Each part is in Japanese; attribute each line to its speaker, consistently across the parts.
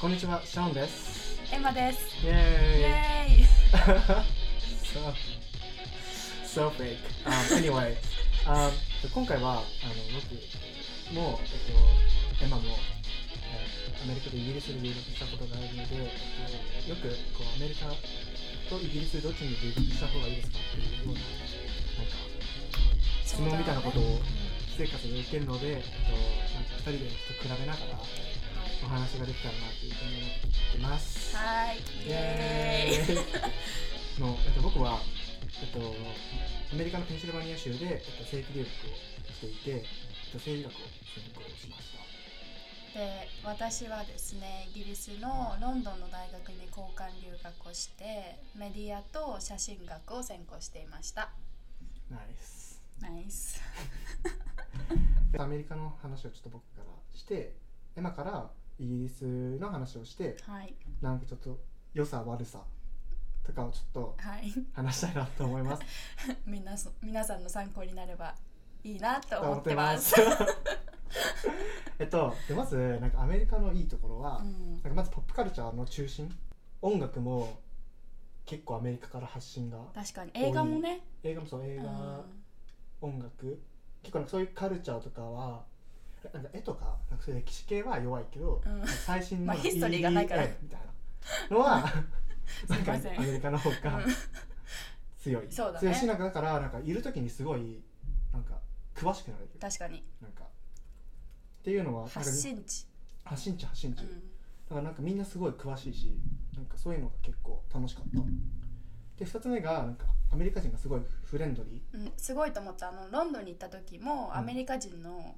Speaker 1: こんにちは、シャオンです。
Speaker 2: エマです。
Speaker 1: イェーイ。
Speaker 2: イエーイ。
Speaker 1: so, so fake. Um, anyway, um, 今回はあの僕も、えっと、エマも、えーアメリカとイギリスで留学したことがあるので、えっと、よくこうアメリカとイギリスどっちに留学した方がいいですかっていうようななんか質問みたいなことを私生活で受けるので、えっと、なんか2人でちょっと比べながらお話ができたらなというふうに思ってます。
Speaker 2: はい。イエー イ。
Speaker 1: の、えっと、僕は、えっと、アメリカのペンシルバニア州で、えっと、正規留学をしていて、えっと、政治学を専攻しました。
Speaker 2: で、私はですね、イギリスのロンドンの大学に交換留学をして、メディアと写真学を専攻していました。
Speaker 1: ナイス。
Speaker 2: ナイス。
Speaker 1: でアメリカの話をちょっと僕からして、エマからイギリスの話をして、
Speaker 2: はい。
Speaker 1: なんかちょっと良さ悪さとかをちょっと
Speaker 2: はい。
Speaker 1: 話したいなと思います。
Speaker 2: みなそ皆さんの参考になればいいなと 思ってます。
Speaker 1: 思ってます。 えっと、でまずなんかアメリカのいいところは、
Speaker 2: うん。
Speaker 1: なんかまずポップカルチャーの中心音楽も結構アメリカから発信が
Speaker 2: 確かに映画もね。
Speaker 1: 映画もそう映
Speaker 2: う
Speaker 1: 画、
Speaker 2: ん。
Speaker 1: 音楽結構なんかそういうカルチャーとかはなんか絵とかなんかそういう歴史系は弱いけど、
Speaker 2: うん
Speaker 1: なんか最新
Speaker 2: ま
Speaker 1: の
Speaker 2: あヒストリーがないから
Speaker 1: EDM みたいなのは
Speaker 2: すい
Speaker 1: なんか
Speaker 2: ま
Speaker 1: ア
Speaker 2: せん
Speaker 1: メリカの方が
Speaker 2: うん
Speaker 1: 強い、
Speaker 2: そうだね
Speaker 1: 強いしなんかだからなんかいる時にすごいなんか詳しくなれる
Speaker 2: 確かに
Speaker 1: なんかっていうのはなんか
Speaker 2: 発信地。
Speaker 1: 発信地発信地、
Speaker 2: うん。
Speaker 1: だからなんかみんなすごい詳しいしなんかそういうのが結構楽しかったで2つ目がなんかアメリカ人がすごいフレンドリ
Speaker 2: うん、すごいと思ったあのロンドンに行った時も
Speaker 1: ん
Speaker 2: アメリカ人の,、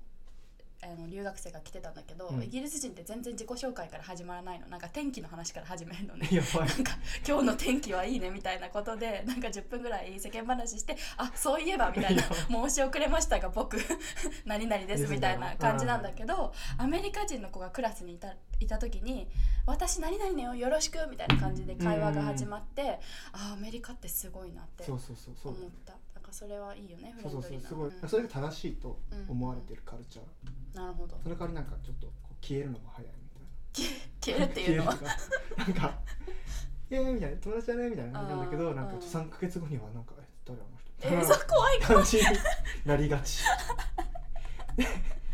Speaker 2: あの留学生が来てたんだけど、
Speaker 1: うん
Speaker 2: イギリス人って全然自己紹介から始まらないのなんか天気の話から始めるのね
Speaker 1: ー やばい
Speaker 2: なんか今日の天気はいいねみたいなことでなんか10分ぐらい世間話してあそういえばみたいな申し遅れましたが僕 何々ですみたいな感じなんだけどアメリカ人の子がクラスにいたいた時に「私何々よよろしく」みたいな感じで会話が始まってあアメリカってすごいなって
Speaker 1: そうそうそうそう
Speaker 2: 思ったなんかそれはいいよねフ
Speaker 1: そ
Speaker 2: レ
Speaker 1: う
Speaker 2: ン
Speaker 1: そう
Speaker 2: ド
Speaker 1: そうすごい、
Speaker 2: リーなうん
Speaker 1: それが正しいと思われてるカルチャー、
Speaker 2: なるほど
Speaker 1: その代わりなんかちょっとこう消えるのも早いみたいな
Speaker 2: 消えるっていうのは
Speaker 1: 消えるとか なんか「イエーイ!」みたいな「友達だね」みたいな感じなんだけ
Speaker 2: あ
Speaker 1: ど
Speaker 2: ー
Speaker 1: なんか
Speaker 2: うん
Speaker 1: 3か月後にはなんか「え誰あの人」
Speaker 2: えー、 そ怖い
Speaker 1: 感じになりがち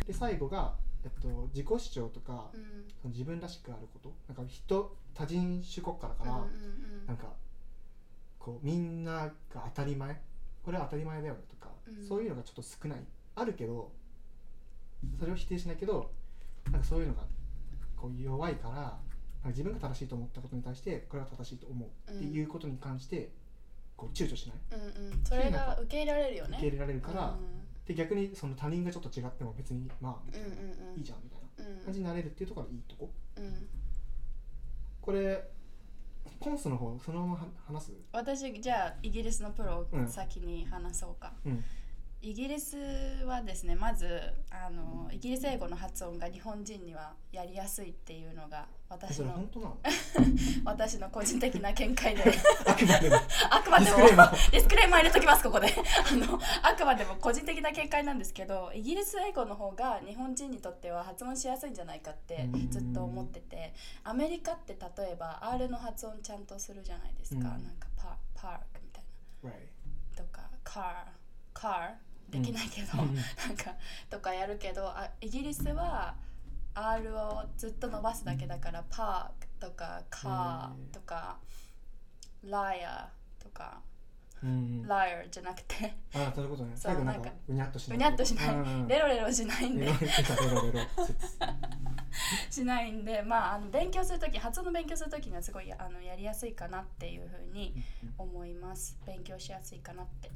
Speaker 1: で最後が、えっと、自己主張とか、
Speaker 2: うん
Speaker 1: その自分らしくあることなんか人多人種国家だか
Speaker 2: うん
Speaker 1: ら、
Speaker 2: うん
Speaker 1: なんかこうみんなが当たり前これは当たり前だよねとか、
Speaker 2: うん
Speaker 1: そういうのがちょっと少ないあるけどそれを否定しないけどなんかそういうのがこう弱いからなんか自分が正しいと思ったことに対してこれは正しいと思う
Speaker 2: うん
Speaker 1: っていうことに関して、こう躊躇しない
Speaker 2: うんうんうんそれが受け入れられるよね
Speaker 1: 受け入れられるから、
Speaker 2: う
Speaker 1: で逆にその他人がちょっと違っても別にまあ
Speaker 2: んうんうんうん
Speaker 1: いいじゃんみたいな
Speaker 2: うん
Speaker 1: 感じになれるっていうところがいいとこ
Speaker 2: うん
Speaker 1: これコンスの方そのままは話す
Speaker 2: 私じゃあイギリスのプロ
Speaker 1: う
Speaker 2: を
Speaker 1: ん
Speaker 2: 先に話そうか、
Speaker 1: うん
Speaker 2: イギリスはですねまずあのイギリス英語の発音が日本人にはやりやすいっていうのが
Speaker 1: え
Speaker 2: 私
Speaker 1: それ
Speaker 2: の
Speaker 1: 本当 なの
Speaker 2: 私の個人的な見 解で
Speaker 1: あくまでも
Speaker 2: あくま
Speaker 1: ディ
Speaker 2: で
Speaker 1: スク
Speaker 2: も
Speaker 1: レーマー
Speaker 2: ディスクレーマー入れときますここで あのあくまでも個人的な見解なんですけどイギリス英語の方が日本人にとっては発音しやすいんじゃないかって
Speaker 1: うん
Speaker 2: ずっと思っててアメリカって例えば R の発音ちゃんとするじゃないですか、
Speaker 1: うん
Speaker 2: なんかパパークみたい
Speaker 1: Right
Speaker 2: なとかカーカーできないけど、
Speaker 1: うん
Speaker 2: なんかとかやるけどあイギリスは R をずっと伸ばすだけだからパークとかカーとかライアーとか
Speaker 1: うん
Speaker 2: ライアーじゃなくて
Speaker 1: ああそういうことね
Speaker 2: そう
Speaker 1: 最後なんか
Speaker 2: なんか
Speaker 1: うにゃっとしな
Speaker 2: う
Speaker 1: い
Speaker 2: にゃっとしない、
Speaker 1: うんうんうん
Speaker 2: レロレロしないん
Speaker 1: レ
Speaker 2: で
Speaker 1: ロレロレロ説
Speaker 2: しないんでまああの勉強する時発音の勉強する時にはすごいあのやりやすいかなっていうふうに思います勉強しやすいかなって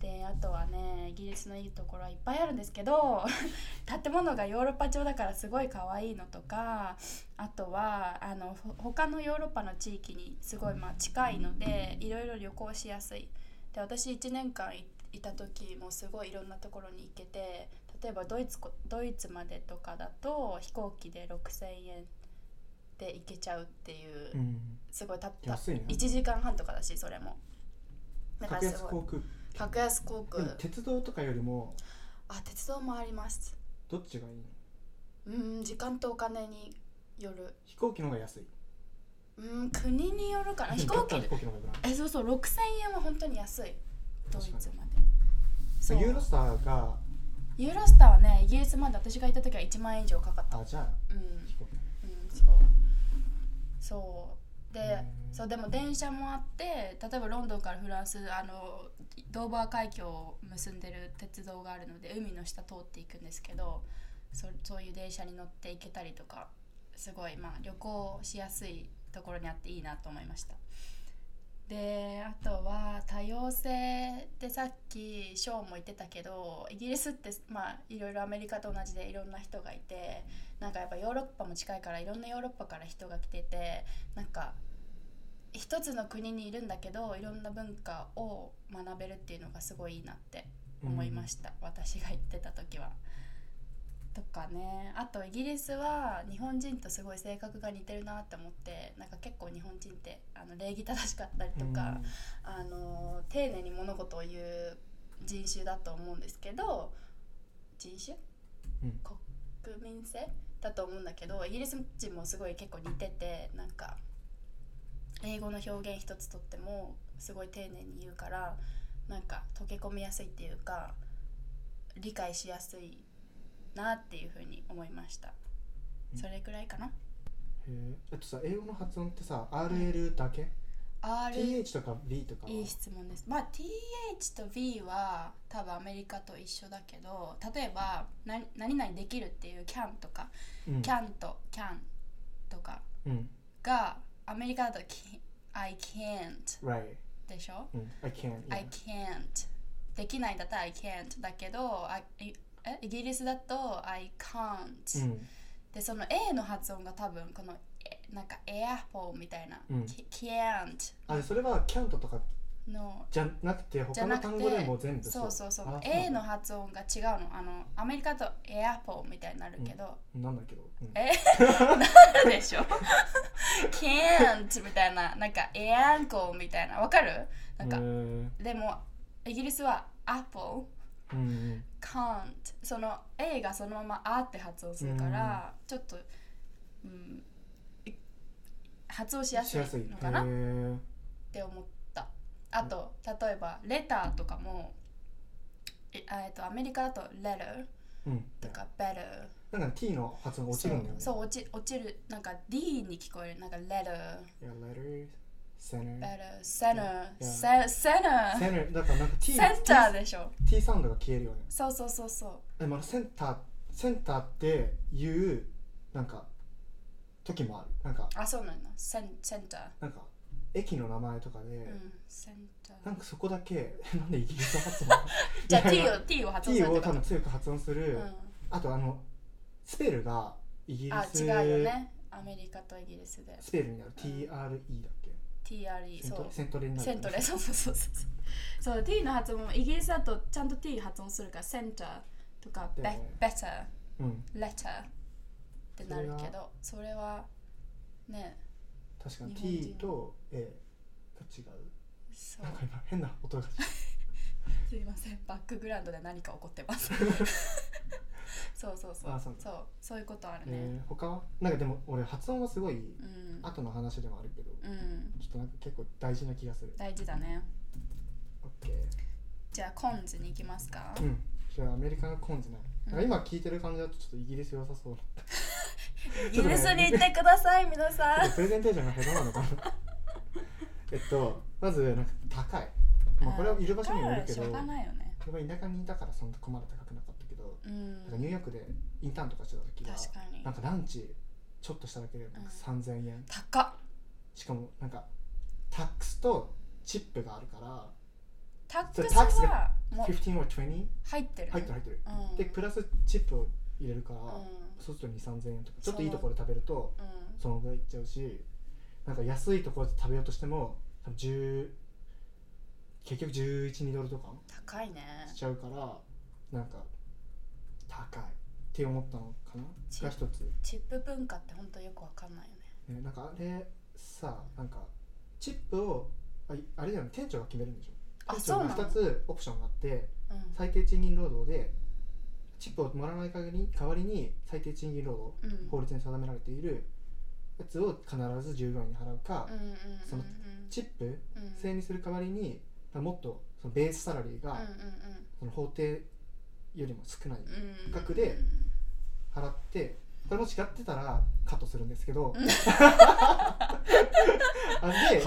Speaker 2: であとはねイギリスのいいところはいっぱいあるんですけど 建物がヨーロッパ調だからすごい可愛いのとかあとはあのほ他のヨーロッパの地域にすごいまあ近いのでいろいろ旅行しやすいで私1年間いいた時もすごいいろんなところに行けて例えばドイツこドイツまでとかだと飛行機で6,000円で行けちゃうっていう、
Speaker 1: うん
Speaker 2: すごいたった
Speaker 1: 安いね
Speaker 2: 1時間半とかだしそれもだか
Speaker 1: 格
Speaker 2: らす
Speaker 1: 安
Speaker 2: ごい
Speaker 1: 航空
Speaker 2: 格安航
Speaker 1: で
Speaker 2: 空
Speaker 1: も鉄道とかよりも
Speaker 2: あ鉄道もあります
Speaker 1: どっちがいいの
Speaker 2: うん時間とお金による
Speaker 1: 飛行機の方が安い
Speaker 2: うん国によるかな飛行
Speaker 1: だったら
Speaker 2: 機
Speaker 1: 飛行機の方が安い
Speaker 2: えそうそう6000円は本当に安いドイツ
Speaker 1: 確かに
Speaker 2: までそう
Speaker 1: ユーロスターが
Speaker 2: ユーロスターはねイギリスまで私が行った時は1万円以上かかった
Speaker 1: あじゃあ
Speaker 2: うん
Speaker 1: 飛行機
Speaker 2: うんそうそうで
Speaker 1: うん
Speaker 2: そうでも電車もあって例えばロンドンからフランスあのドーバー海峡を結んでる鉄道があるので海の下通っていくんですけどそそういう電車に乗って行けたりとかすごい、まあ、旅行しやすいところにあっていいなと思いましたであとは多様性でさっきショーンも言ってたけどイギリスってまあいろいろアメリカと同じでいろんな人がいてなんかやっぱヨーロッパも近いからいろんなヨーロッパから人が来ててなんか一つの国にいるんだけどいろんな文化を学べるっていうのがすごいいいなって思いました、私が行ってた時は。とかねあとイギリスは日本人とすごい性格が似てるなって思ってなんか結構日本人ってあの礼儀正しかったりとか、あの丁寧に物事を言う人種だと思うんですけど人種、
Speaker 1: うん
Speaker 2: 国民性だと思うんだけどイギリス人もすごい結構似ててなんか英語の表現一つとってもすごい丁寧に言うからなんか溶け込みやすいっていうか理解しやすいなっていうふうに思いました
Speaker 1: うん
Speaker 2: それくらいかな
Speaker 1: うんへえあとさ英語の発音ってさ RL だけ
Speaker 2: R
Speaker 1: TH とか B とかはい
Speaker 2: い質問です。まあ TH と B は多分アメリカと一緒だけど例えばな何々できるっていう can とか、
Speaker 1: うん、
Speaker 2: can と can とか
Speaker 1: うん
Speaker 2: がアメリカだと can- I can't
Speaker 1: right
Speaker 2: でしょ、
Speaker 1: うん I can't yeah
Speaker 2: I can't できないだと I can't だけど I いえイギリスだと I
Speaker 1: う
Speaker 2: can't、
Speaker 1: ん
Speaker 2: でその A の発音が多分このえなんか airphone みたいな、
Speaker 1: うん
Speaker 2: ca- can't
Speaker 1: あそれは can't とか
Speaker 2: の
Speaker 1: じゃなくて
Speaker 2: じゃ
Speaker 1: 他の
Speaker 2: なく
Speaker 1: 単
Speaker 2: て
Speaker 1: 語でも全部
Speaker 2: そうそうそう
Speaker 1: あ
Speaker 2: A
Speaker 1: うな
Speaker 2: の
Speaker 1: んだ
Speaker 2: 発音が違うのあのアメリカとエアポーみたいになるけど、
Speaker 1: なんだけど、うん
Speaker 2: えなん でしょ can't みたいななんかエアンコみたいなわかるなんか、
Speaker 1: へえ
Speaker 2: でもイギリスは apple
Speaker 1: うんうん、
Speaker 2: can't その A がそのままあって発音するから、ちょっと、うん、発音しやすいのかな
Speaker 1: へえ
Speaker 2: って思ったあと例えばレターとかもえあえっとアメリカだと letter
Speaker 1: うん、
Speaker 2: とか better
Speaker 1: なんか T の発音が落ちるんだよね
Speaker 2: そうそう落ち落ちるなんか D に聞こえるなんか letter
Speaker 1: いや letters center
Speaker 2: better center
Speaker 1: Yeah.
Speaker 2: ce- center
Speaker 1: center だからなんか T
Speaker 2: センターでしょ
Speaker 1: T T サウンドが消えるよね
Speaker 2: そうそうそうそ
Speaker 1: でもあのセンターセンターっていうなんか時もあるなんか
Speaker 2: うあそうなんだセンセンター
Speaker 1: なんか駅の名前とかで、
Speaker 2: うんセンタ
Speaker 1: なん
Speaker 2: ー
Speaker 1: かそこだけ なんでイギリス発音
Speaker 2: じゃあ
Speaker 1: い
Speaker 2: T
Speaker 1: やいや
Speaker 2: を T を発音
Speaker 1: T
Speaker 2: するって
Speaker 1: を
Speaker 2: こ
Speaker 1: 多
Speaker 2: と
Speaker 1: 分強く発音する、
Speaker 2: う
Speaker 1: あとあのスペルがイギ
Speaker 2: ん
Speaker 1: リ
Speaker 2: あ
Speaker 1: ス
Speaker 2: 違うよねアメリカとイギリスで
Speaker 1: スペルになる TRE だっけセ
Speaker 2: TRE
Speaker 1: ン
Speaker 2: そ
Speaker 1: ト
Speaker 2: う
Speaker 1: セントレになる
Speaker 2: セントレそうそうそうそうそう T の発音もイギリスだとちゃんと T 発音するからセンターとかベ
Speaker 1: だよね
Speaker 2: better
Speaker 1: うん
Speaker 2: レターってなるけどそれはね
Speaker 1: 確かに
Speaker 2: 日本人
Speaker 1: T と A が違う
Speaker 2: そう
Speaker 1: なんか今変な音がし
Speaker 2: すいませんバックグラウンドで何か起こってます そうそうそう
Speaker 1: あそう
Speaker 2: そうそういうことある ね、
Speaker 1: えー、他はなんかでも俺発音はすごい
Speaker 2: うん
Speaker 1: 後の話でもあるけど
Speaker 2: うん
Speaker 1: ちょっとなんか結構大事な気がする
Speaker 2: 大事だね
Speaker 1: OK
Speaker 2: じゃあコンズに行きますか
Speaker 1: うんじゃあアメリカのコーンズね
Speaker 2: うん
Speaker 1: なんか今聞いてる感じだとちょっとイギリス良さそう
Speaker 2: イギリスに行ってください皆さ
Speaker 1: ちょっ
Speaker 2: ん
Speaker 1: とプレゼンテーションが下手なのかな えっとまずなんか高いまあこれはいる場所にもよるけど
Speaker 2: しょうが
Speaker 1: や
Speaker 2: ないよね
Speaker 1: っぱ田舎にいたからそんなここまで高くなかったけど
Speaker 2: う
Speaker 1: なんかニュ
Speaker 2: ん
Speaker 1: ーヨークでインターンとかしてた時は
Speaker 2: 確かに
Speaker 1: なんかランチちょっとしただけでなんか3000円、
Speaker 2: 高っ
Speaker 1: しかもなんかタックスとチップがあるか
Speaker 2: タッ
Speaker 1: そ
Speaker 2: ク
Speaker 1: れ
Speaker 2: ス
Speaker 1: タックス
Speaker 2: はも
Speaker 1: ら
Speaker 2: う
Speaker 1: 15 or 20
Speaker 2: 入ってる
Speaker 1: 入ってる入ってる、
Speaker 2: うん
Speaker 1: でプラスチップを入れるから、
Speaker 2: う
Speaker 1: そうすると2 3 0円とかちょっといいところで食べると
Speaker 2: んうん
Speaker 1: そのぐらいいっちゃうしなんか安いところで食べようとしても多分10結局112ドルとか
Speaker 2: 高いね
Speaker 1: しちゃうからなんか高いって思ったのかな
Speaker 2: チ
Speaker 1: が一つ、
Speaker 2: チップ文化って本当よくわかんないよね
Speaker 1: ね、なんかあれさなんかチップをあいあれだよね店長が決めるんでしょ
Speaker 2: あ
Speaker 1: 一
Speaker 2: そう
Speaker 1: 応
Speaker 2: なの
Speaker 1: 2つオプションがあって
Speaker 2: うん
Speaker 1: 最低賃金労働でチップをもらわない限り代わりに最低賃金労働
Speaker 2: うん
Speaker 1: 法律に定められているやつを必ず従業員に払うか、
Speaker 2: うんうんうんうん
Speaker 1: そのチップ
Speaker 2: うん
Speaker 1: 制にする代わりにもっとそのベースサラリーが
Speaker 2: うんうんうん
Speaker 1: その法定よりも少ない
Speaker 2: うん
Speaker 1: 価格で払ってこれも違ってたらカットするんですけど あでなんか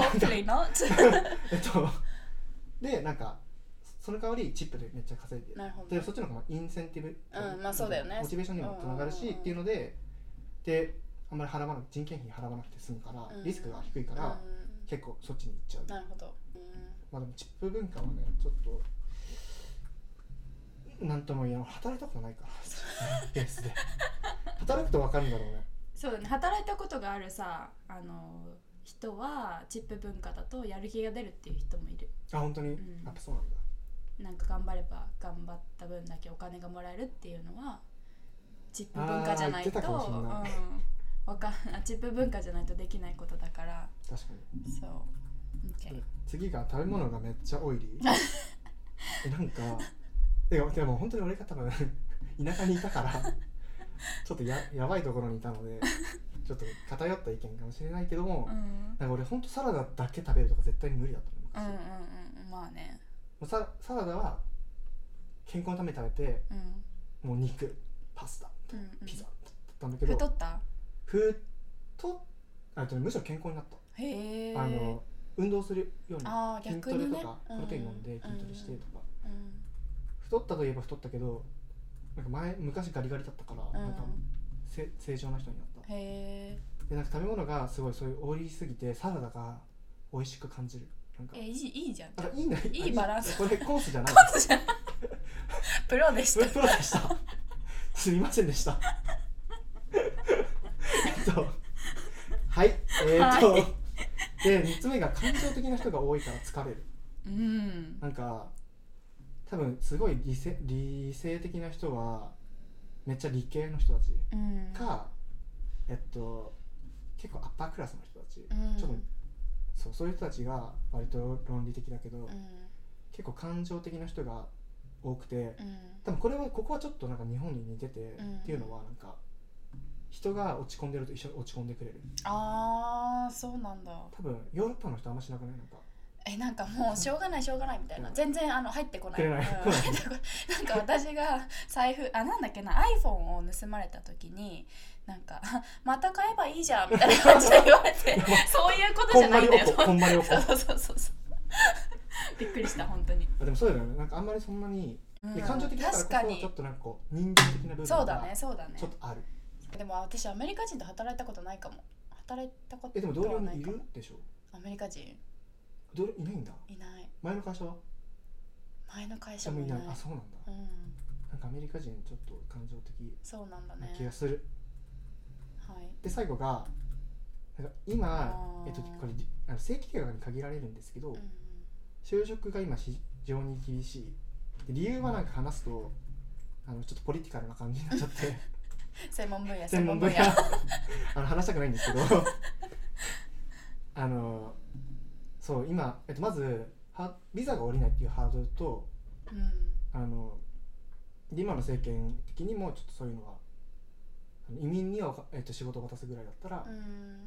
Speaker 2: Hopefully not
Speaker 1: えっとでなんかその代わりチップでめっちゃ稼いで
Speaker 2: なるほど
Speaker 1: でそっちの方がインセンティブ、
Speaker 2: うんまあそうだよね
Speaker 1: モチベーションにもつながる
Speaker 2: うん
Speaker 1: し
Speaker 2: うんうん
Speaker 1: っていうのでであんまり払わなく人件費払わなくて済むから
Speaker 2: うん
Speaker 1: リスクが低いから、
Speaker 2: うん
Speaker 1: 結構そっちに行っちゃう、
Speaker 2: なるほどうん
Speaker 1: まあでもチップ文化はねちょっとなんとも言えない働いたことない からベースで働くとわかるんだろうね
Speaker 2: そうだね働いたことがあるさあの人はチップ文化だとやる気が出るっていう人もいる
Speaker 1: あ本当に、
Speaker 2: ん
Speaker 1: やっぱそうなんだ
Speaker 2: なんか頑張れば頑張った分だけお金がもらえるっていうのはチップ文化じゃな
Speaker 1: あー言って
Speaker 2: いと
Speaker 1: たかもしれな
Speaker 2: うん、わかんチップ文化じゃないとできないことだから
Speaker 1: 確かに
Speaker 2: そう OK
Speaker 1: 次が食べ物がめっちゃオイ リーえなんかでもでも本当に俺が多分 田舎にいたからちょっとややばいところにいたのでちょっと偏った意見かもしれないけども、
Speaker 2: うんうん
Speaker 1: なんか俺本当サラダだけ食べるとか絶対無理だったの
Speaker 2: うん
Speaker 1: 昔、も
Speaker 2: うんまあね
Speaker 1: うササラダは健康のために食べて
Speaker 2: うん
Speaker 1: もう肉パスタ
Speaker 2: うんうん
Speaker 1: ピザだったんだけど、
Speaker 2: 太った
Speaker 1: ふとあとねむしろ健康になった、
Speaker 2: へえ
Speaker 1: あの運動するように
Speaker 2: あー
Speaker 1: 筋
Speaker 2: 逆
Speaker 1: トレ
Speaker 2: に
Speaker 1: と
Speaker 2: ね
Speaker 1: か、プロテイン飲んで筋トレしてとか、
Speaker 2: うん
Speaker 1: 太ったといえば太ったけどなんか前昔ガリガリだったから、
Speaker 2: うん
Speaker 1: なんかせ正常な人になった
Speaker 2: うんへ
Speaker 1: でなんか食べ物がすごいそういうオイリーすぎてサラダが美味しく感じるなんか
Speaker 2: ええいいいいじゃん
Speaker 1: あいいんだ
Speaker 2: いいバランス
Speaker 1: これコースじゃない
Speaker 2: プロでし
Speaker 1: それ
Speaker 2: た
Speaker 1: プロでしたすみませんでしたえっとはいえーっと、
Speaker 2: はい
Speaker 1: で3つ目が感情的な人が多いから疲れる
Speaker 2: うん
Speaker 1: なんか多分すごい理性理性的な人はめっちゃ理系の人たち
Speaker 2: うん
Speaker 1: か、えっと結構アッパークラスの人たち、
Speaker 2: うん
Speaker 1: ちょっとそうそういう人たちが割と論理的だけど、
Speaker 2: うん
Speaker 1: 結構感情的な人が多くて、
Speaker 2: うん
Speaker 1: 多分これはここはちょっとなんか日本に似てて、
Speaker 2: うん
Speaker 1: っていうのはなんか人が落ち込んでると一緒に落ち込んでくれる
Speaker 2: ああそうなんだ
Speaker 1: 多分ヨーロッパの人あんましなくないなんか
Speaker 2: えなんかもうしょうがないしょうがないみたいな全然あの入ってこない
Speaker 1: くれない
Speaker 2: うん入ってこない なんか私が財布あなんだっけな iPhone を盗まれた時になんか あ「また買えばいいじゃん」みたいな感じで言われて そういうことじ
Speaker 1: こ
Speaker 2: ゃ
Speaker 1: ん
Speaker 2: な
Speaker 1: まり
Speaker 2: いん
Speaker 1: お
Speaker 2: だよ
Speaker 1: ここんまりお こ
Speaker 2: そうそうそうそうびっくりした本当に、
Speaker 1: あでもそうだよねなんかあんまりそんなに
Speaker 2: うん
Speaker 1: で感情的だ
Speaker 2: 確か
Speaker 1: からこそちょ
Speaker 2: に
Speaker 1: っとなんかこう人間的な部分
Speaker 2: そうだ
Speaker 1: が
Speaker 2: ねそうだね
Speaker 1: ちょっとある、
Speaker 2: でも私アメリカ人と働いたことないかも働いたこと
Speaker 1: えでも同僚
Speaker 2: はない
Speaker 1: にい
Speaker 2: かも
Speaker 1: るでしょ
Speaker 2: アメリカ人
Speaker 1: 同僚いないんだ
Speaker 2: いない
Speaker 1: 前の会社は
Speaker 2: 前の会
Speaker 1: で
Speaker 2: 社
Speaker 1: も
Speaker 2: も
Speaker 1: い
Speaker 2: い
Speaker 1: な
Speaker 2: ないい
Speaker 1: あそうなんだ
Speaker 2: うん
Speaker 1: なんかアメリカ人ちょっと感情的
Speaker 2: そうなんだ
Speaker 1: な
Speaker 2: ね
Speaker 1: 気がする、
Speaker 2: はい
Speaker 1: で最後がなんか今
Speaker 2: あー
Speaker 1: えっとこれあの正規契約に限られるんですけど、
Speaker 2: うん
Speaker 1: 就職が今非常に厳しいで理由はなんか話すとあのちょっとポリティカルな感じになっちゃって
Speaker 2: 専門分野
Speaker 1: 専
Speaker 2: 専
Speaker 1: 門
Speaker 2: 門
Speaker 1: 分
Speaker 2: 分
Speaker 1: 野
Speaker 2: 野
Speaker 1: あの話したくないんですけどあのそう今、えっと、まずはビザが下りないっていうハードルと
Speaker 2: うん
Speaker 1: あので今の政権的にもちょっとそういうのはあの移民には、えっと、仕事を渡すぐらいだったら、
Speaker 2: うん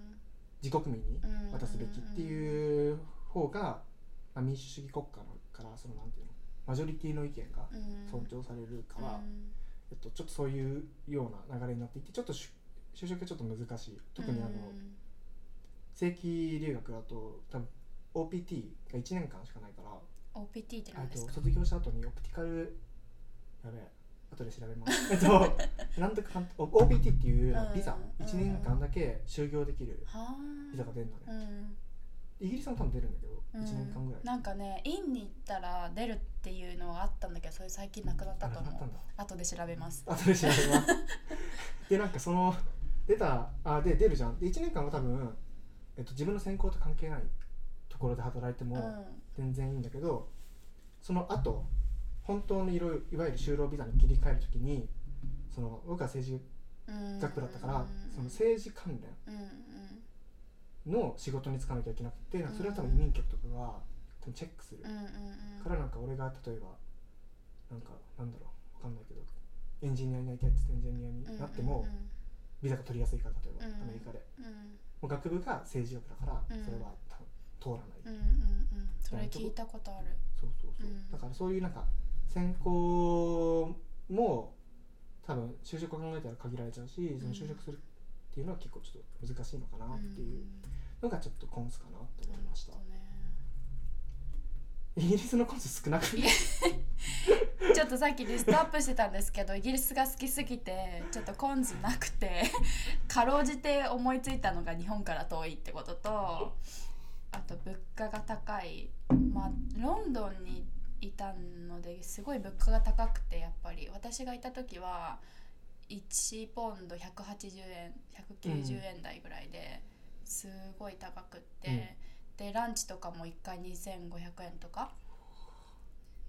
Speaker 1: 自国民に
Speaker 2: うん
Speaker 1: 渡すべきっていう方が、まあ、民主主義国家のからそのなんていうのマジョリティの意見が
Speaker 2: うん
Speaker 1: 尊重されるから、
Speaker 2: うん
Speaker 1: えっと、ちょっとそういうような流れになっていてちょっとしゅ就職がちょっと難しい特にあの、
Speaker 2: うん
Speaker 1: 正規留学だと多分 OPT が1年間しかないから
Speaker 2: OPT って
Speaker 1: え
Speaker 2: 何
Speaker 1: っ
Speaker 2: です
Speaker 1: と
Speaker 2: か
Speaker 1: 卒業した後にオプティカルやべえ後で調べますえっ となんとかかんお OPT っていうのはビザ、
Speaker 2: うん
Speaker 1: 1年間だけ就業できる
Speaker 2: は
Speaker 1: ビザが出るの
Speaker 2: あう
Speaker 1: ね、
Speaker 2: ん
Speaker 1: イギリスも多分出るんだけど、
Speaker 2: うん
Speaker 1: 1年間ぐらい
Speaker 2: なんかね院に行ったら出るっていうのはあったんだけどそれ最近なくなった
Speaker 1: あ
Speaker 2: と
Speaker 1: な
Speaker 2: 思
Speaker 1: くなった
Speaker 2: うん
Speaker 1: だ
Speaker 2: 後で調べます
Speaker 1: 後で調べますでなんかその出たあで出るじゃんで1年間は多分、えっと、自分の専攻と関係ないところで働いて
Speaker 2: うん
Speaker 1: も全然いいんだけど、その後本当にいろいろいわゆる就労ビザに切り替えるときにその僕は政治
Speaker 2: うん
Speaker 1: 学部だったから、その政治関連
Speaker 2: うんうん
Speaker 1: の仕事に就かなきゃいけなくてそれは多分移民局とかが多分チェックする、
Speaker 2: うんうんうん
Speaker 1: からなんか俺が例えばなんかなんだろうわかんないけどエンジニアになりたいって言ってエンジニアになってもビザが取りやすいから例えば
Speaker 2: うん
Speaker 1: アメリカで
Speaker 2: うんうん
Speaker 1: もう学部が政治学だから
Speaker 2: うん
Speaker 1: それは多分通らない、
Speaker 2: うんうんうんそれ聞いたことある
Speaker 1: そうそうそう、
Speaker 2: うん
Speaker 1: だからそういうなんか専攻も多分就職を考えたら限られちゃうしその就職するっていうのは結構ちょっと難しいのかなっていうのがちょっとコンスかなと思いました、
Speaker 2: なるほどね
Speaker 1: イギリスのコンス少なくて
Speaker 2: ちょっとさっきリストアップしてたんですけどイギリスが好きすぎてちょっとコンズなくてかろうじて思いついたのが日本から遠いってこととあと物価が高いまあロンドンにいたのですごい物価が高くてやっぱり私がいた時は1ポンド180円190円台ぐらいですごい高くって、でランチとかも1回2500円とか。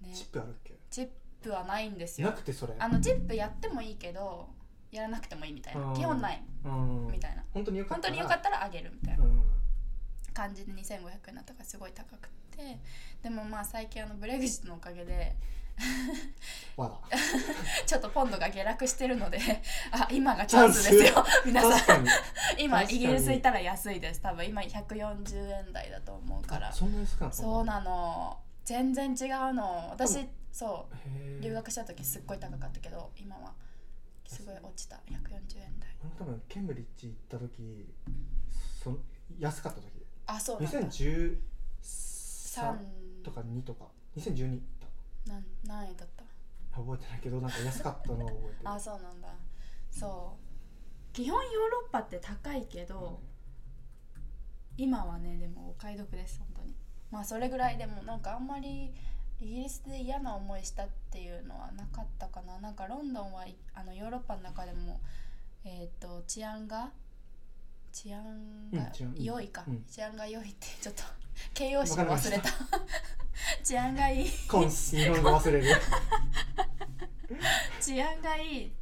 Speaker 2: ね
Speaker 1: チップあるっけ
Speaker 2: チップはないんです
Speaker 1: な
Speaker 2: よ
Speaker 1: くてそれ
Speaker 2: あのチップやってもいいけどやらなくてもいいみたい
Speaker 1: うん
Speaker 2: な基本ない
Speaker 1: うん
Speaker 2: みたいな
Speaker 1: 本当によかっ
Speaker 2: 本
Speaker 1: た
Speaker 2: 当に
Speaker 1: ら
Speaker 2: よかったらあげるみたいな
Speaker 1: うん
Speaker 2: 感じで2500円だったからすごい高くてでもまあ最近あのブレグジットのおかげで
Speaker 1: わ
Speaker 2: ちょっとポンドが下落してるので あ今がチャンスですよ
Speaker 1: だ
Speaker 2: 皆さん
Speaker 1: 確かに
Speaker 2: 今
Speaker 1: 確か
Speaker 2: イ
Speaker 1: に
Speaker 2: ギリス行ったら安いです多分今140円台だと思うから
Speaker 1: そんなに少なかった
Speaker 2: そうなの全然違うの
Speaker 1: で
Speaker 2: 私そう
Speaker 1: へー
Speaker 2: 留学した時すっごい高かったけど今はすごい落ちた140円台
Speaker 1: 俺も多分ケンブリッジ行った時その安かった時
Speaker 2: あそうなんだ
Speaker 1: 2013
Speaker 2: 3
Speaker 1: とか2とか2012行った
Speaker 2: なん何円だっ
Speaker 1: 覚えてないけどなんか安かったのを覚えてる
Speaker 2: た あそうなんだそう基本ヨーロッパって高いけど、今はねでもお買い得です本当にまあそれぐらいでもなんかあんまりイギリスで嫌な思いしたっていうのはなかったかななんかロンドンはいあのヨーロッパの中でもえっ、と治安が治安
Speaker 1: う
Speaker 2: が
Speaker 1: ん治安うん
Speaker 2: 良いか、
Speaker 1: うん
Speaker 2: 治安が良いってちょっと形容詞
Speaker 1: わかりま
Speaker 2: 忘
Speaker 1: した
Speaker 2: れた 治安がいい
Speaker 1: コンス日本語忘れ る
Speaker 2: 治安がいい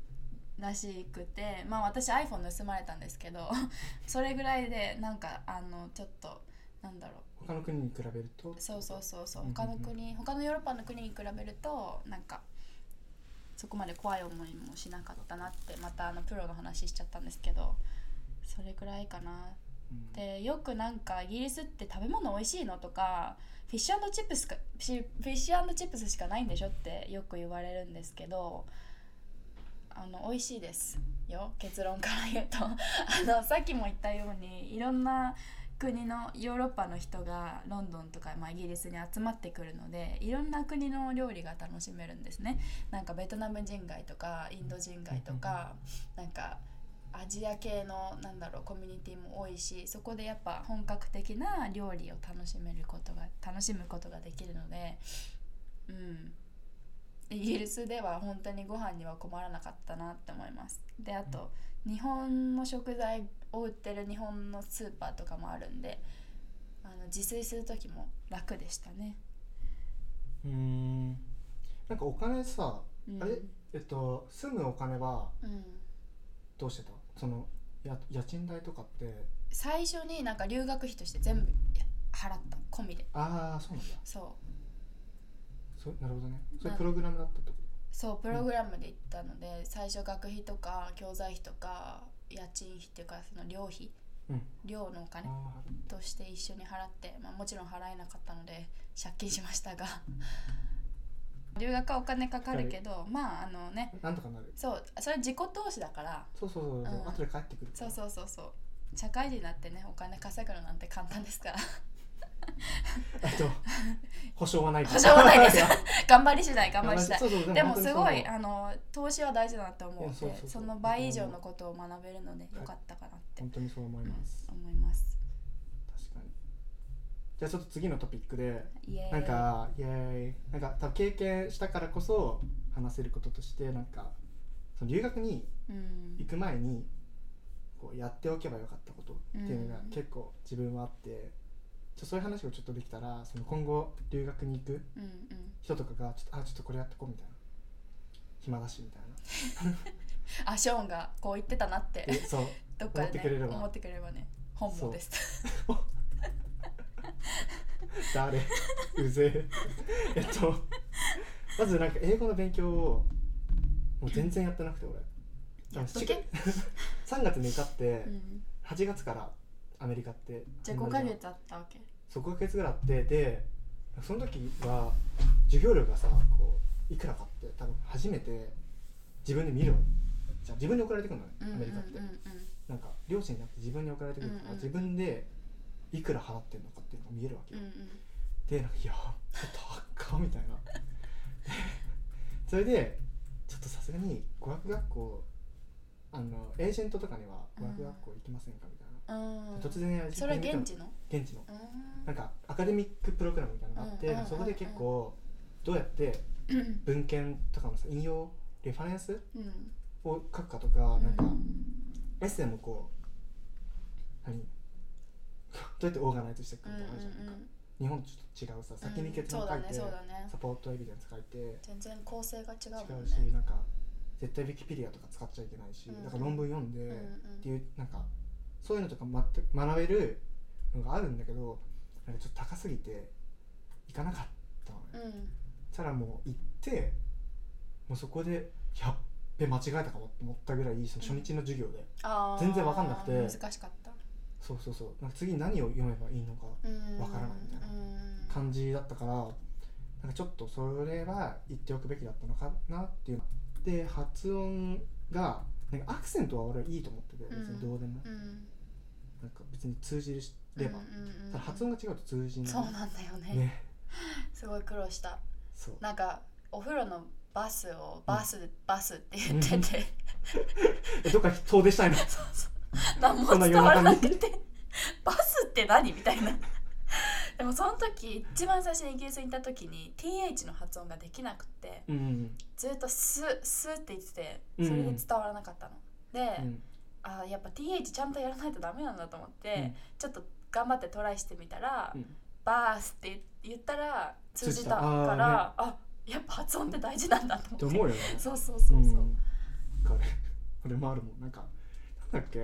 Speaker 2: らしくてまあ私 iPhone 盗まれたんですけど それぐらいでなんかあのちょっとなんだろ
Speaker 1: 他の国に比べると
Speaker 2: うそうそうそうそう
Speaker 1: うんうんうん
Speaker 2: 他の国他のヨーロッパの国に比べるとなんかそこまで怖い思いもしなかったなってまたあのプロの話しちゃったんですけどそれくらいかな
Speaker 1: うん
Speaker 2: でよくなんかイギリスって食べ物美味しいのとかフィッシュチップスかフィフィッシュチップスしかないんでしょってよく言われるんですけどあの美味しいですよ結論から言うとあのさっきも言ったようにいろんな国のヨーロッパの人がロンドンとか、まあ、イギリスに集まってくるのでいろんな国の料理が楽しめるんですねなんかベトナム人街とかインド人街とかなんかアジア系のなんだろうコミュニティも多いしそこでやっぱ本格的な料理を楽しめることが楽しむことができるのでうんイギリスでは本当にご飯には困らなかったなって思いますであと日本の食材を売ってる日本のスーパーとかもあるんであの自炊する時も楽でしたね、
Speaker 1: うーんなんかお金さ
Speaker 2: うん、
Speaker 1: あれえっと住むお金は
Speaker 2: うん
Speaker 1: どうしてたそのや家賃代とかって
Speaker 2: 最初になんか留学費として全部払った込みで
Speaker 1: ああそうなんだ
Speaker 2: そう
Speaker 1: そうなるほどねそれ
Speaker 2: うん
Speaker 1: プログラムだったってこ
Speaker 2: そうプログラムで行ったので、最初学費とか教材費とか家賃費っていうかその寮費
Speaker 1: とうん
Speaker 2: 寮のお金
Speaker 1: あー
Speaker 2: として一緒に払って、まあ、もちろん払えなかったので借金しましたが 留学はお金かかるけどまああのね
Speaker 1: なんとかなる
Speaker 2: そうそれ自己投資だから
Speaker 1: そうそうそうそう、
Speaker 2: うん
Speaker 1: 後で帰ってくる
Speaker 2: そうそうそうそう社会人になってねお金稼ぐのなんて簡単ですから
Speaker 1: え っと保証はないから
Speaker 2: 保証はないですよ頑張り次第頑張り次第
Speaker 1: そうそう
Speaker 2: でもすご
Speaker 1: 本当に
Speaker 2: い
Speaker 1: そう思う
Speaker 2: あの投資は大事だなと思う
Speaker 1: い
Speaker 2: の
Speaker 1: や
Speaker 2: で
Speaker 1: そうそうそう
Speaker 2: その倍以上のことを学べるので
Speaker 1: うん
Speaker 2: よかったかなって
Speaker 1: 本当にそう思います、
Speaker 2: 思います。
Speaker 1: 確かにじゃあちょっと次のトピックで
Speaker 2: イエーイ
Speaker 1: なんかイエーイなんか多分経験したからこそ話せることとしてなんかその留学に
Speaker 2: うん
Speaker 1: 行く前にこうやっておけばよかったことっていうのが
Speaker 2: うん
Speaker 1: 結構自分はあって、ちょそういう話をちょっとできたらその今後留学に行く
Speaker 2: うんうん、
Speaker 1: 人とかがちょっとあちょっとこれやってこうみたいな暇だしみたいな
Speaker 2: あショーンがこう言ってたなって
Speaker 1: えそう
Speaker 2: どっか
Speaker 1: 思って
Speaker 2: で
Speaker 1: くれれ
Speaker 2: ね
Speaker 1: ば
Speaker 2: 思ってくれればね本望です。
Speaker 1: 誰うぜええっとまずなんか英語の勉強をもう全然やってなくて俺
Speaker 2: やっと け、
Speaker 1: 3月に受かって
Speaker 2: うん、
Speaker 1: 8月からアメリカって
Speaker 2: じゃあ5ヶ月あったわけ
Speaker 1: そう5ヶ月ぐらいあってでその時は授業料がさこういくらかって多分初めて自分で見るわじゃあ自分に送られてくるのね
Speaker 2: うんうん
Speaker 1: ア
Speaker 2: うん
Speaker 1: メ
Speaker 2: う
Speaker 1: リカって、
Speaker 2: ん
Speaker 1: なんか両親になくて自分に送られてくるから、
Speaker 2: うんうん
Speaker 1: 自分でいくら払ってるのかっていうのが見えるわけ
Speaker 2: う
Speaker 1: よ、
Speaker 2: んうん
Speaker 1: でなんかいや高っみたいな それでちょっとさすがに語学学校あのエージェントとかには語学学校行きませんかみたいな、
Speaker 2: うん
Speaker 1: 突然やり
Speaker 2: それは現地の
Speaker 1: 現地の
Speaker 2: うん
Speaker 1: なんかアカデミックプログラムみたいなのがあって、
Speaker 2: うんうんうんうん
Speaker 1: そこで結構どうやって
Speaker 2: うん
Speaker 1: 文献とかのさ引用レファレンス
Speaker 2: うん
Speaker 1: を書くかとか、なんか
Speaker 2: うん
Speaker 1: エッセイもこう何どうやってオーガナイズしていくかみたいなのあるじゃん,、
Speaker 2: うんうん
Speaker 1: なん
Speaker 2: う
Speaker 1: か
Speaker 2: ん
Speaker 1: 日本とちょっと違うさ先に結
Speaker 2: う
Speaker 1: 論
Speaker 2: ん
Speaker 1: 書い
Speaker 2: そうだね
Speaker 1: て、
Speaker 2: そうだね
Speaker 1: サポートエビデンス書いて違
Speaker 2: 全然構成が違うもん
Speaker 1: う
Speaker 2: ね
Speaker 1: し、なんか絶対ウィキペディアとか使っちゃいけないし、
Speaker 2: うんうん
Speaker 1: なんか論文読んで、
Speaker 2: うんうん
Speaker 1: っていうなんかそういうのとかま学べるのがあるんだけどなんかちょっと高すぎて行かなかったのね、
Speaker 2: うん
Speaker 1: そしたらもう行ってもうそこでやっべ間違えたかもって思ったぐらいその初日の授業で、
Speaker 2: あー
Speaker 1: 全然わかんなくて
Speaker 2: 難しかった
Speaker 1: そうそうそうなんか次何を読めばいいのかわ
Speaker 2: わ
Speaker 1: からないみたいな
Speaker 2: うん
Speaker 1: 感じだったからなんかちょっとそれは言っておくべきだったのかなっていうで発音がなんかアクセントは俺はいいと思ってて別にどうでも、
Speaker 2: うん
Speaker 1: なんか別に通じれば、
Speaker 2: うんうんうん
Speaker 1: ただ発音が違うと通じない
Speaker 2: そうなんだよね
Speaker 1: ね
Speaker 2: すごい苦労した
Speaker 1: そう
Speaker 2: なんかお風呂のバスをバス、バスって言ってて
Speaker 1: えどっか遠出したいの
Speaker 2: 何も伝わらなくて バスって何みたいな でもその時一番最初にイギリスに行った時に TH の発音ができなくて
Speaker 1: うん
Speaker 2: ずっとス「ス」って言っててそれで伝わらなかったの、で、
Speaker 1: うん
Speaker 2: あーやっぱ TH ちゃんとやらないとダメなんだと思って、
Speaker 1: うん
Speaker 2: ちょっと頑張ってトライしてみたら「
Speaker 1: うん
Speaker 2: バース」って言ったら通
Speaker 1: 通
Speaker 2: じ
Speaker 1: じ
Speaker 2: た
Speaker 1: た
Speaker 2: からあ,、やっぱ発音って大事なんだと思って
Speaker 1: と思うよね
Speaker 2: そうそうそうそう、
Speaker 1: ん、これ これもあるもんなんかなんだっけ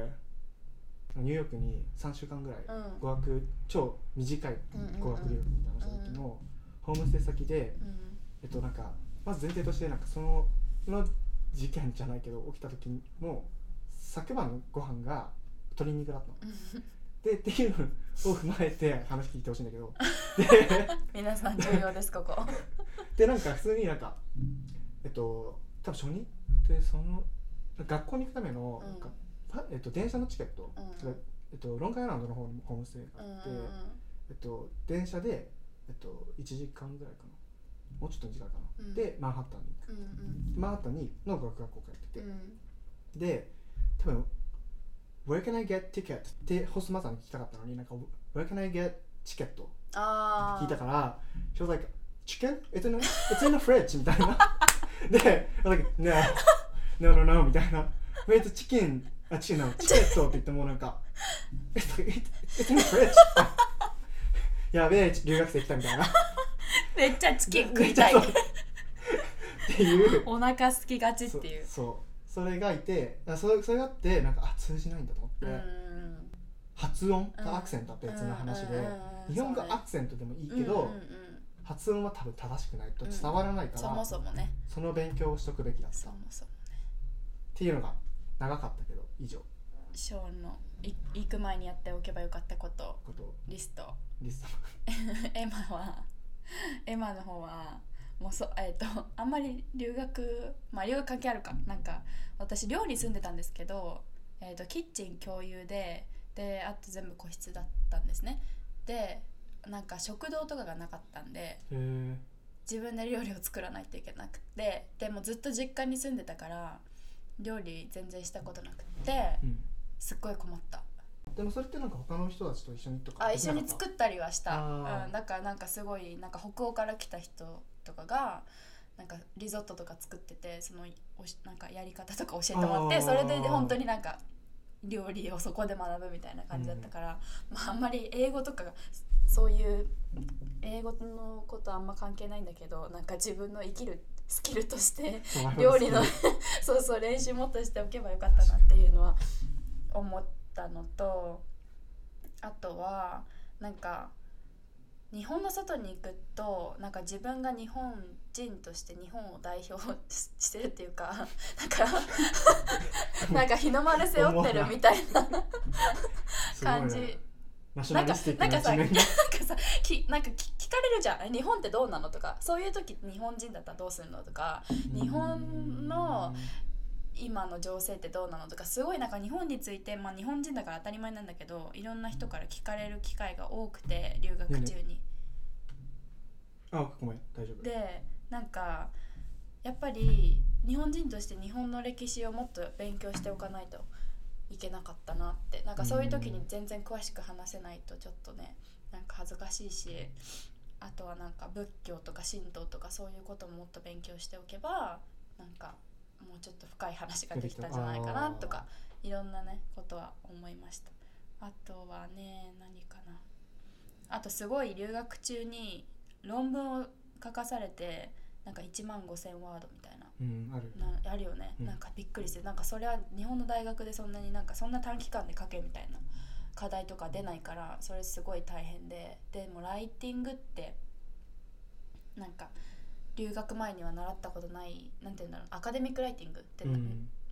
Speaker 1: ニューヨークに3週間ぐらい
Speaker 2: うん
Speaker 1: 語学超短い語学留学みたいなのした時のホームステイ先で
Speaker 2: うん
Speaker 1: えっとなんかまず前提としてなんかそのの事件じゃないけど起きた時も昨晩のご飯が鶏肉だったの。でっていうのを踏まえて話聞いてほしいんだけどで
Speaker 2: 皆さん重要ですここ
Speaker 1: でなんか普通になんかえっと多分初日でその学校に行くための、
Speaker 2: うん
Speaker 1: なんかパえっと、電車のチケット、
Speaker 2: うん
Speaker 1: それえっと、ロングアイランドの方にホームステイ
Speaker 2: う
Speaker 1: が
Speaker 2: んう
Speaker 1: あ
Speaker 2: ん
Speaker 1: って、えっと、電車で、えっと、1時間ぐらいかなもうちょっと短いかな、
Speaker 2: うん
Speaker 1: でマンハッタンに行
Speaker 2: うんうん
Speaker 1: くマンハッタンにの学学校通って
Speaker 2: う
Speaker 1: て、
Speaker 2: ん
Speaker 1: で多分「Where can I get ticket?」ってホストマザーに聞きたかったのになんか「Where can I get ticket?」
Speaker 2: ああ
Speaker 1: 聞いたから、she was like, chicken? It's in a, it's in a fridge! みたいな。 で、I was like, no, no, no, no, みたいな。Wait, chicken, あ、違うな、チケットって言ってもうなんか、it's, it's it's in a fridge! やべえ、留学生来たみたいな。
Speaker 2: めっちゃチキン食 いたい
Speaker 1: めっちゃそうっていう。
Speaker 2: お腹空きがちっていう
Speaker 1: そそう。それがいて、あそれそれがあって、なんか、あ、通じないんだと思って、
Speaker 2: うん
Speaker 1: 発音とアクセントは別の話で、
Speaker 2: うんうんうん
Speaker 1: 日本語ア
Speaker 2: そ
Speaker 1: クセントでもいいう
Speaker 2: ね
Speaker 1: けど、
Speaker 2: うんうんうん
Speaker 1: 発音は多分正しくないと伝わらないから、
Speaker 2: そもそもね
Speaker 1: その勉強をしとくべきだっ
Speaker 2: そ
Speaker 1: たっ
Speaker 2: もそも
Speaker 1: ていうのが長かったけど以上
Speaker 2: ショーンのい行く前にやっておけばよかったこと
Speaker 1: ことを
Speaker 2: リスト
Speaker 1: リスト
Speaker 2: エマはエマの方はもうそえっ、とあんまり留学まあ留学関係あるかなんか私寮に住んでたんですけど、えー、とキッチン共有でであと全部個室だったんですねでなんか食堂とかがなかったんで
Speaker 1: へえ
Speaker 2: 自分で料理を作らないといけなくてでもずっと実家に住んでたから料理全然したことなくて
Speaker 1: うん
Speaker 2: すっごい困った
Speaker 1: でもそれってなんか他の人たちと一緒にとか
Speaker 2: あ
Speaker 1: でき
Speaker 2: 一緒
Speaker 1: なかっ
Speaker 2: に
Speaker 1: た
Speaker 2: 作ったりはした、
Speaker 1: あー
Speaker 2: うん、だからなんかすごいなんか北欧から来た人とかがなんかリゾットとか作っててそのおしなんかやり方とか教えてもらって
Speaker 1: あー
Speaker 2: それで本当になんか料理をそこで学ぶみたいな感じだったから、まあ、あんまり英語とかがそういう英語のことあんま関係ないんだけどなんか自分の生きるスキルとして
Speaker 1: お前は
Speaker 2: 料理の
Speaker 1: 好
Speaker 2: そうそう練習もっとしておけばよかったなっていうのは思ったのとあとはなんか日本の外に行くとなんか自分が日本人として日本を代表ししてるっていうか なんかなんか日の丸背負ってるみたいな
Speaker 1: すごいな
Speaker 2: 感じ。
Speaker 1: ナショ
Speaker 2: な
Speaker 1: ナ
Speaker 2: んか
Speaker 1: リスティッ
Speaker 2: な
Speaker 1: ク
Speaker 2: ん
Speaker 1: な
Speaker 2: かさ
Speaker 1: 一面
Speaker 2: なんか
Speaker 1: が
Speaker 2: さきなんかき聞かれるじゃんえ日本ってどうなのとかそういう時日本人だったらどうするのとか日本の今の情勢ってどうなのとかすごいなんか日本について、まあ、日本人だから当たり前なんだけどいろんな人から聞かれる機会が多くて留学中に。
Speaker 1: あごめん大丈夫
Speaker 2: でなんかやっぱり日本人として日本の歴史をもっと勉強しておかないといけなかったなってなんかそういう時に全然詳しく話せないとちょっとねなんか恥ずかしいしあとはなんか仏教とか神道とかそういうことももっと勉強しておけばなんかもうちょっと深い話ができたんじゃないかなとかいろんなねことは思いましたあとはね何かなあとすごい留学中に論文を書かされてなんか1万5,000ワードみたいな
Speaker 1: うんある
Speaker 2: なあるよね、
Speaker 1: うん
Speaker 2: なんかびっくりしてなんかそれは日本の大学でそんなになんかそんな短期間で書けみたいな課題とか出ないからそれすごい大変ででもライティングってなんか留学前には習ったことないなんて言うんだろうアカデミックライティングって
Speaker 1: う
Speaker 2: な、
Speaker 1: ん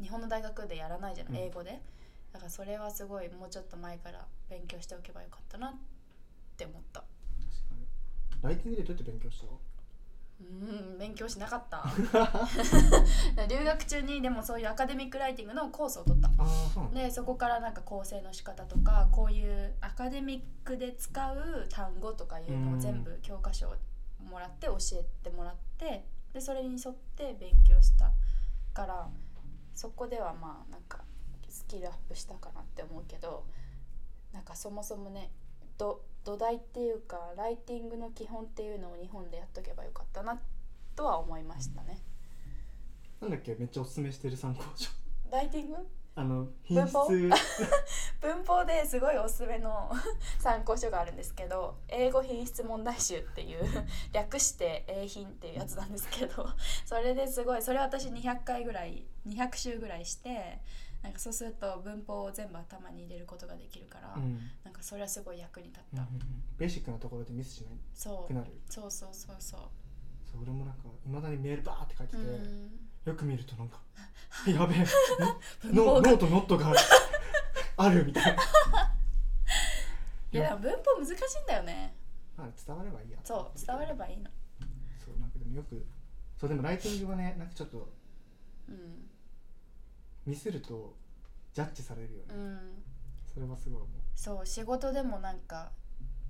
Speaker 2: 日本の大学でやらないじゃない、
Speaker 1: うん
Speaker 2: 英語でだからそれはすごいもうちょっと前から勉強しておけばよかったなって思った
Speaker 1: ライティングでどうやって勉強した
Speaker 2: うーん勉強しなかった
Speaker 1: あ
Speaker 2: 留学中にでもそういうアカデミックライティングのコースを取った
Speaker 1: あそうなんだ
Speaker 2: でそこからなんか構成の仕方とかこういうアカデミックで使う単語とかいうのを全部教科書をもらって教えてもらってでそれに沿って勉強したからそこではまあなんかスキルアップしたかなって思うけどなんかそもそもねど土台っていうかライティングの基本っていうのを日本でやっとけばよかったなとは思いましたね。
Speaker 1: なんだっけめっちゃおすすめしてる参考書
Speaker 2: ライティング
Speaker 1: あの品質
Speaker 2: 文文法ですごいおすすめの 参考書があるんですけど英語品質問題集っていう 略して英品っていうやつなんですけど それですごいそれ私200回ぐらい200週ぐらいしてなんかそうすると文法を全部頭に入れることができるから、
Speaker 1: うんうん
Speaker 2: なんかそれはすごい役に立っ
Speaker 1: うんう
Speaker 2: た、
Speaker 1: んベーシックなところでミスしな
Speaker 2: そ
Speaker 1: く
Speaker 2: う
Speaker 1: なる
Speaker 2: そうそうそうそう
Speaker 1: そう俺もなんかいまだにメールバーって書いてて
Speaker 2: うん
Speaker 1: よく見るとなんかやべえ
Speaker 2: 文
Speaker 1: ノ
Speaker 2: 法が
Speaker 1: ノートノット があるみたいな。
Speaker 2: いやでも文法難しいんだよね
Speaker 1: まあ伝わればいいや。
Speaker 2: そう伝わればいいの
Speaker 1: そうなんかでもよくそうでもライティングはねなんかちょっと
Speaker 2: うん
Speaker 1: ミスるとジャッジされるよね。
Speaker 2: うん
Speaker 1: それはすごい思う。
Speaker 2: そう仕事でもなんか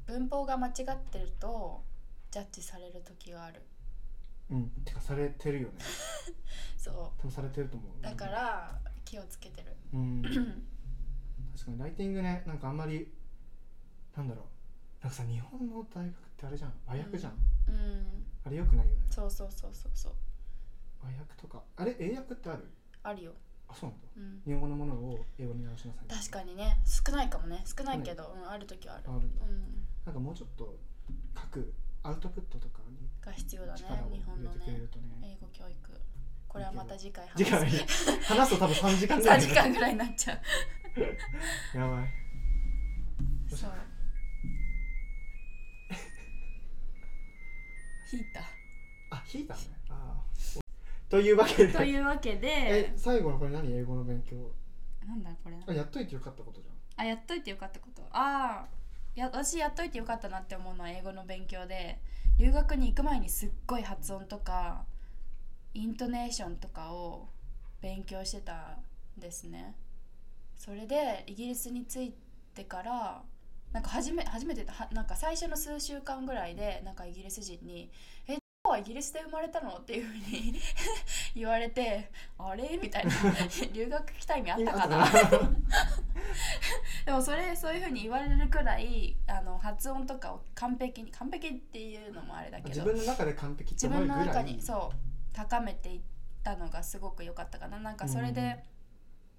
Speaker 2: 文法が間違ってるとジャッジされる時がある
Speaker 1: うん。てかされてるよね。
Speaker 2: そ
Speaker 1: 多分されてると思
Speaker 2: う
Speaker 1: う。
Speaker 2: だか。ら気をつけて る
Speaker 1: うん。確かにライティングねなんかあんまりなんだろうなんかさ日本の大学ってあれじゃん和訳じゃん、
Speaker 2: うん
Speaker 1: あれよくないよね
Speaker 2: そうそうそうそうそう
Speaker 1: 和訳とかあれ英訳ってある
Speaker 2: あるよ、
Speaker 1: あそうなんだ
Speaker 2: うん、
Speaker 1: 日本語のものを英語に直しなさいみたいな
Speaker 2: 確かにね少ないかもね少ないけど、うん、ある時はある
Speaker 1: あるんだ
Speaker 2: うん
Speaker 1: なんかもうちょっと書くアウトプットとかに
Speaker 2: が必要だね
Speaker 1: 力を
Speaker 2: 日本
Speaker 1: 入
Speaker 2: の
Speaker 1: れてくれ
Speaker 2: ね
Speaker 1: るとね
Speaker 2: 英語教育これはまた次回
Speaker 1: 時
Speaker 2: 話
Speaker 1: 間話すと多分3時間ぐら
Speaker 2: 3
Speaker 1: い
Speaker 2: 時間ぐらいになっちゃう
Speaker 1: やばい
Speaker 2: そう引い
Speaker 1: あ引いたねあーというわけで
Speaker 2: たというわけで
Speaker 1: え最後のこれ何英語の勉強
Speaker 2: なんだこれ
Speaker 1: あやっといてよかったことじゃん
Speaker 2: あやっといてよかったことああや私やっといてよかったなって思うのは英語の勉強で留学に行く前にすっごい発音とかイントネーションとかを勉強してたんですねそれでイギリスに着いてからなんか初め初めてはなんか最初の数週間ぐらいでなんかイギリス人に「え今はイギリスで生まれたの?」っていうふうに 言われて「あれ?」みたいな 留学期待意味あったかな
Speaker 1: 今後
Speaker 2: でもそれそういうふうに言われるくらいあの発音とかを完璧に完璧っていうのもあれだけ
Speaker 1: 自
Speaker 2: ど
Speaker 1: 分の中で完璧って
Speaker 2: 自
Speaker 1: 思え
Speaker 2: 分
Speaker 1: る
Speaker 2: の
Speaker 1: ぐら
Speaker 2: 中
Speaker 1: い
Speaker 2: にそう高めていったのがすごく良かったかななんかそれで、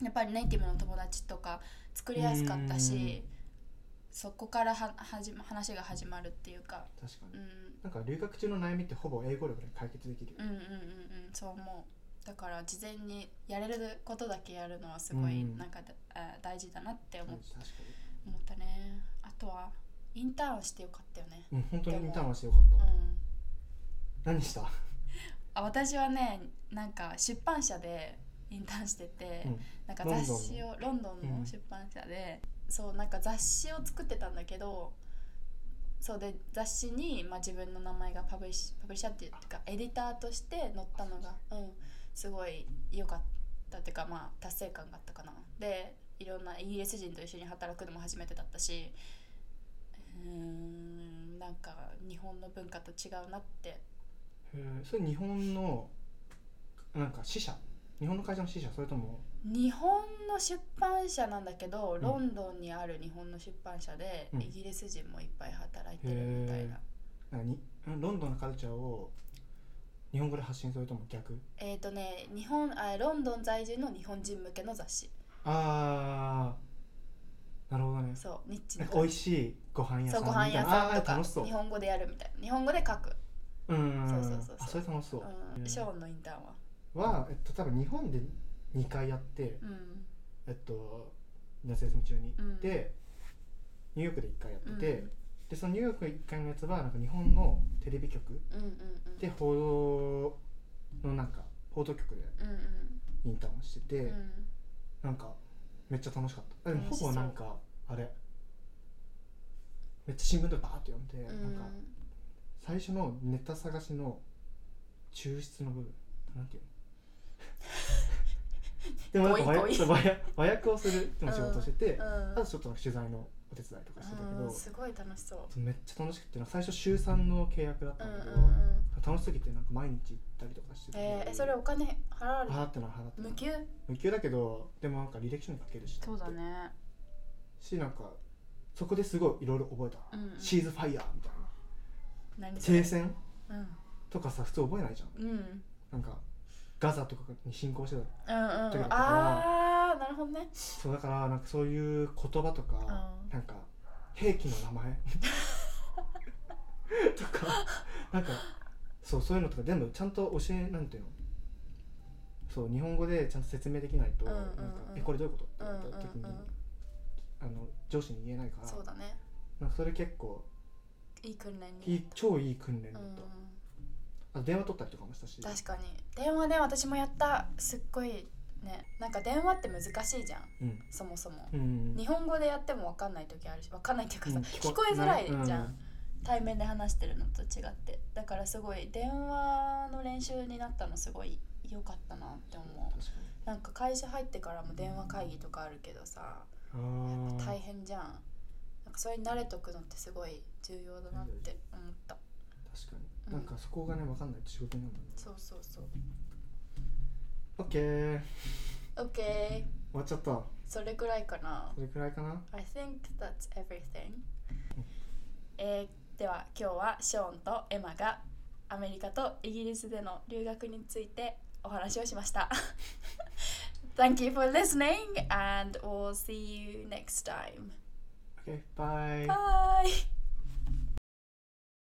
Speaker 2: やっぱりネイティブの友達とか作りやすかったし、そこからははじま話が始まるっていうか、
Speaker 1: 確か
Speaker 2: う
Speaker 1: に
Speaker 2: ん、
Speaker 1: なんか留学中の悩みってほぼ英語力で解決できる
Speaker 2: うんうんうんうんそう思うだから事前にやれることだけやるのはすごい
Speaker 1: うん
Speaker 2: なんかだ、あ大事だなって
Speaker 1: 確
Speaker 2: 思
Speaker 1: か
Speaker 2: っ
Speaker 1: に
Speaker 2: 思ったねあとはインターンしてよかったよね
Speaker 1: うん、本当に
Speaker 2: でも
Speaker 1: インターンはしてよかった
Speaker 2: う。ん
Speaker 1: 何した
Speaker 2: あ私はねなんか出版社でインターンしてて、
Speaker 1: うん
Speaker 2: なんか
Speaker 1: ロンドン
Speaker 2: 雑
Speaker 1: の
Speaker 2: 誌をロンドン
Speaker 1: う
Speaker 2: の
Speaker 1: ん
Speaker 2: 出版社で、そうなんか雑誌を作ってたんだけどそうで雑誌に、まあ、自分の名前がパブリシパブリシャーっていうかエディターとして載ったのが、うん、すごい良かったっていうかまあ達成感があったかな。でいろんな ES 人と一緒に働くのも初めてだったしうーんなんか日本の文化と違うなって
Speaker 1: へーそれ日本のなんか支社日本の会社の支社それとも
Speaker 2: 日本の出版社なんだけど、
Speaker 1: ん
Speaker 2: ロンドンにある日本の出版社で、
Speaker 1: うん
Speaker 2: イギリス人もいっぱい働いてるみたいな
Speaker 1: へ。なんかにロンドンのカルチャーを日本語で発信それとも逆
Speaker 2: えっ、とね日本あロンドン在住の日本人向けの雑誌
Speaker 1: あーなるほどね
Speaker 2: そうニッチ
Speaker 1: な
Speaker 2: なん
Speaker 1: か美味しいご飯屋さ
Speaker 2: そ
Speaker 1: ん
Speaker 2: う
Speaker 1: み
Speaker 2: ご
Speaker 1: た
Speaker 2: 飯
Speaker 1: いな
Speaker 2: 屋さん
Speaker 1: あ
Speaker 2: と
Speaker 1: ー楽しそ
Speaker 2: か
Speaker 1: う
Speaker 2: 日本語でやるみたいな日本語で書く、
Speaker 1: うんうんうん
Speaker 2: そうそうそうそう
Speaker 1: あそれ楽しそう、
Speaker 2: うんショーンのインターンは、
Speaker 1: は、えっと、多分日本で2回やって
Speaker 2: うん
Speaker 1: えっと夏休み中に、
Speaker 2: うん
Speaker 1: でニューヨークで1回やってて、
Speaker 2: うん
Speaker 1: でそのニューヨーク1回のやつはなんか日本のテレビ局、
Speaker 2: うんうんうん、
Speaker 1: で報道のなんか報道局で
Speaker 2: うん
Speaker 1: インターンをしてて、
Speaker 2: うんうん
Speaker 1: なんかめっちゃ楽しかったでも
Speaker 2: 楽し
Speaker 1: ほ
Speaker 2: そう
Speaker 1: ぼなんかあれめっちゃ新聞でバーって読んで、
Speaker 2: うん
Speaker 1: なんか最初のネタ探しの抽出の部 分なんていうのでもなんか和
Speaker 2: 遠い
Speaker 1: 訳そ
Speaker 2: 遠い
Speaker 1: う和訳和訳をするでも仕事してて、
Speaker 2: うん
Speaker 1: あとちょっとなんか取材のお手伝いとかしてたけど、
Speaker 2: うんすごい楽しそう
Speaker 1: めっちゃ楽しくてなんか最初週3の契約だっ
Speaker 2: う
Speaker 1: た
Speaker 2: ん
Speaker 1: んだけ
Speaker 2: う
Speaker 1: ど、
Speaker 2: んうん
Speaker 1: 楽しすぎてなんか毎日行ったりとかしてたけど
Speaker 2: えーえそれお金払われ
Speaker 1: 払
Speaker 2: る
Speaker 1: ってない払ってない
Speaker 2: 無給
Speaker 1: 無給だけどでもなんか履歴書に書けるし
Speaker 2: そうだね
Speaker 1: しなんかそこですごいいろいろ覚えた、
Speaker 2: うんうん
Speaker 1: シーズファイヤーみたいな
Speaker 2: 何それ
Speaker 1: 停戦
Speaker 2: うん
Speaker 1: とかさ普通覚えないじゃん
Speaker 2: うん、うんうん
Speaker 1: なんかガザとかに侵攻してた
Speaker 2: あ
Speaker 1: ということ
Speaker 2: あーなるほどね
Speaker 1: そうだからなんかそういう言葉とか、
Speaker 2: ん
Speaker 1: なんか兵器の名 前とかなんかそうそういうのとか全部ちゃんと教えなんていうのそう日本語でちゃんと説明できないと、
Speaker 2: うんうんうん
Speaker 1: なんかえこれどういうことって
Speaker 2: う
Speaker 1: 言
Speaker 2: ん
Speaker 1: わ
Speaker 2: うん
Speaker 1: れた時に、
Speaker 2: うん
Speaker 1: あの上司に言えないから
Speaker 2: そうだね
Speaker 1: なんかそれ結構
Speaker 2: いい訓練
Speaker 1: い
Speaker 2: に
Speaker 1: い超いい訓練
Speaker 2: う
Speaker 1: だった、
Speaker 2: ん
Speaker 1: あと電話取ったりとかもしたし
Speaker 2: 確かに電話ね私もやったすっごいねなんか電話って難しいじゃん
Speaker 1: うん
Speaker 2: そもそも
Speaker 1: うんうん
Speaker 2: 日本語でやっても分かんない時あるし分かんないっていうかさ
Speaker 1: うん
Speaker 2: 聞こえづらいじゃ
Speaker 1: ね
Speaker 2: ん対面で話してるのと違ってだからすごい電話の練習になったのすごい良かったなって
Speaker 1: うん
Speaker 2: 思
Speaker 1: 確かに
Speaker 2: うなんか会社入ってからも電話会議とかあるけどさ
Speaker 1: あ
Speaker 2: やっぱ
Speaker 1: ー
Speaker 2: 大変じゃんなんかそれに慣れとくのってすごい重要だなって思った
Speaker 1: 確か
Speaker 2: うん
Speaker 1: になんかそこがね分かんないと仕事になるもんね
Speaker 2: そうそうそう
Speaker 1: オッケー終
Speaker 2: OK
Speaker 1: わっちゃった
Speaker 2: それくらいかな
Speaker 1: それくらいかな
Speaker 2: I think that's everything えーでは今日はショーンとエマがアメリカとイギリスでの留学についてお話をしました Thank you for listening and we'll see you next time
Speaker 1: Okay, bye.
Speaker 2: Bye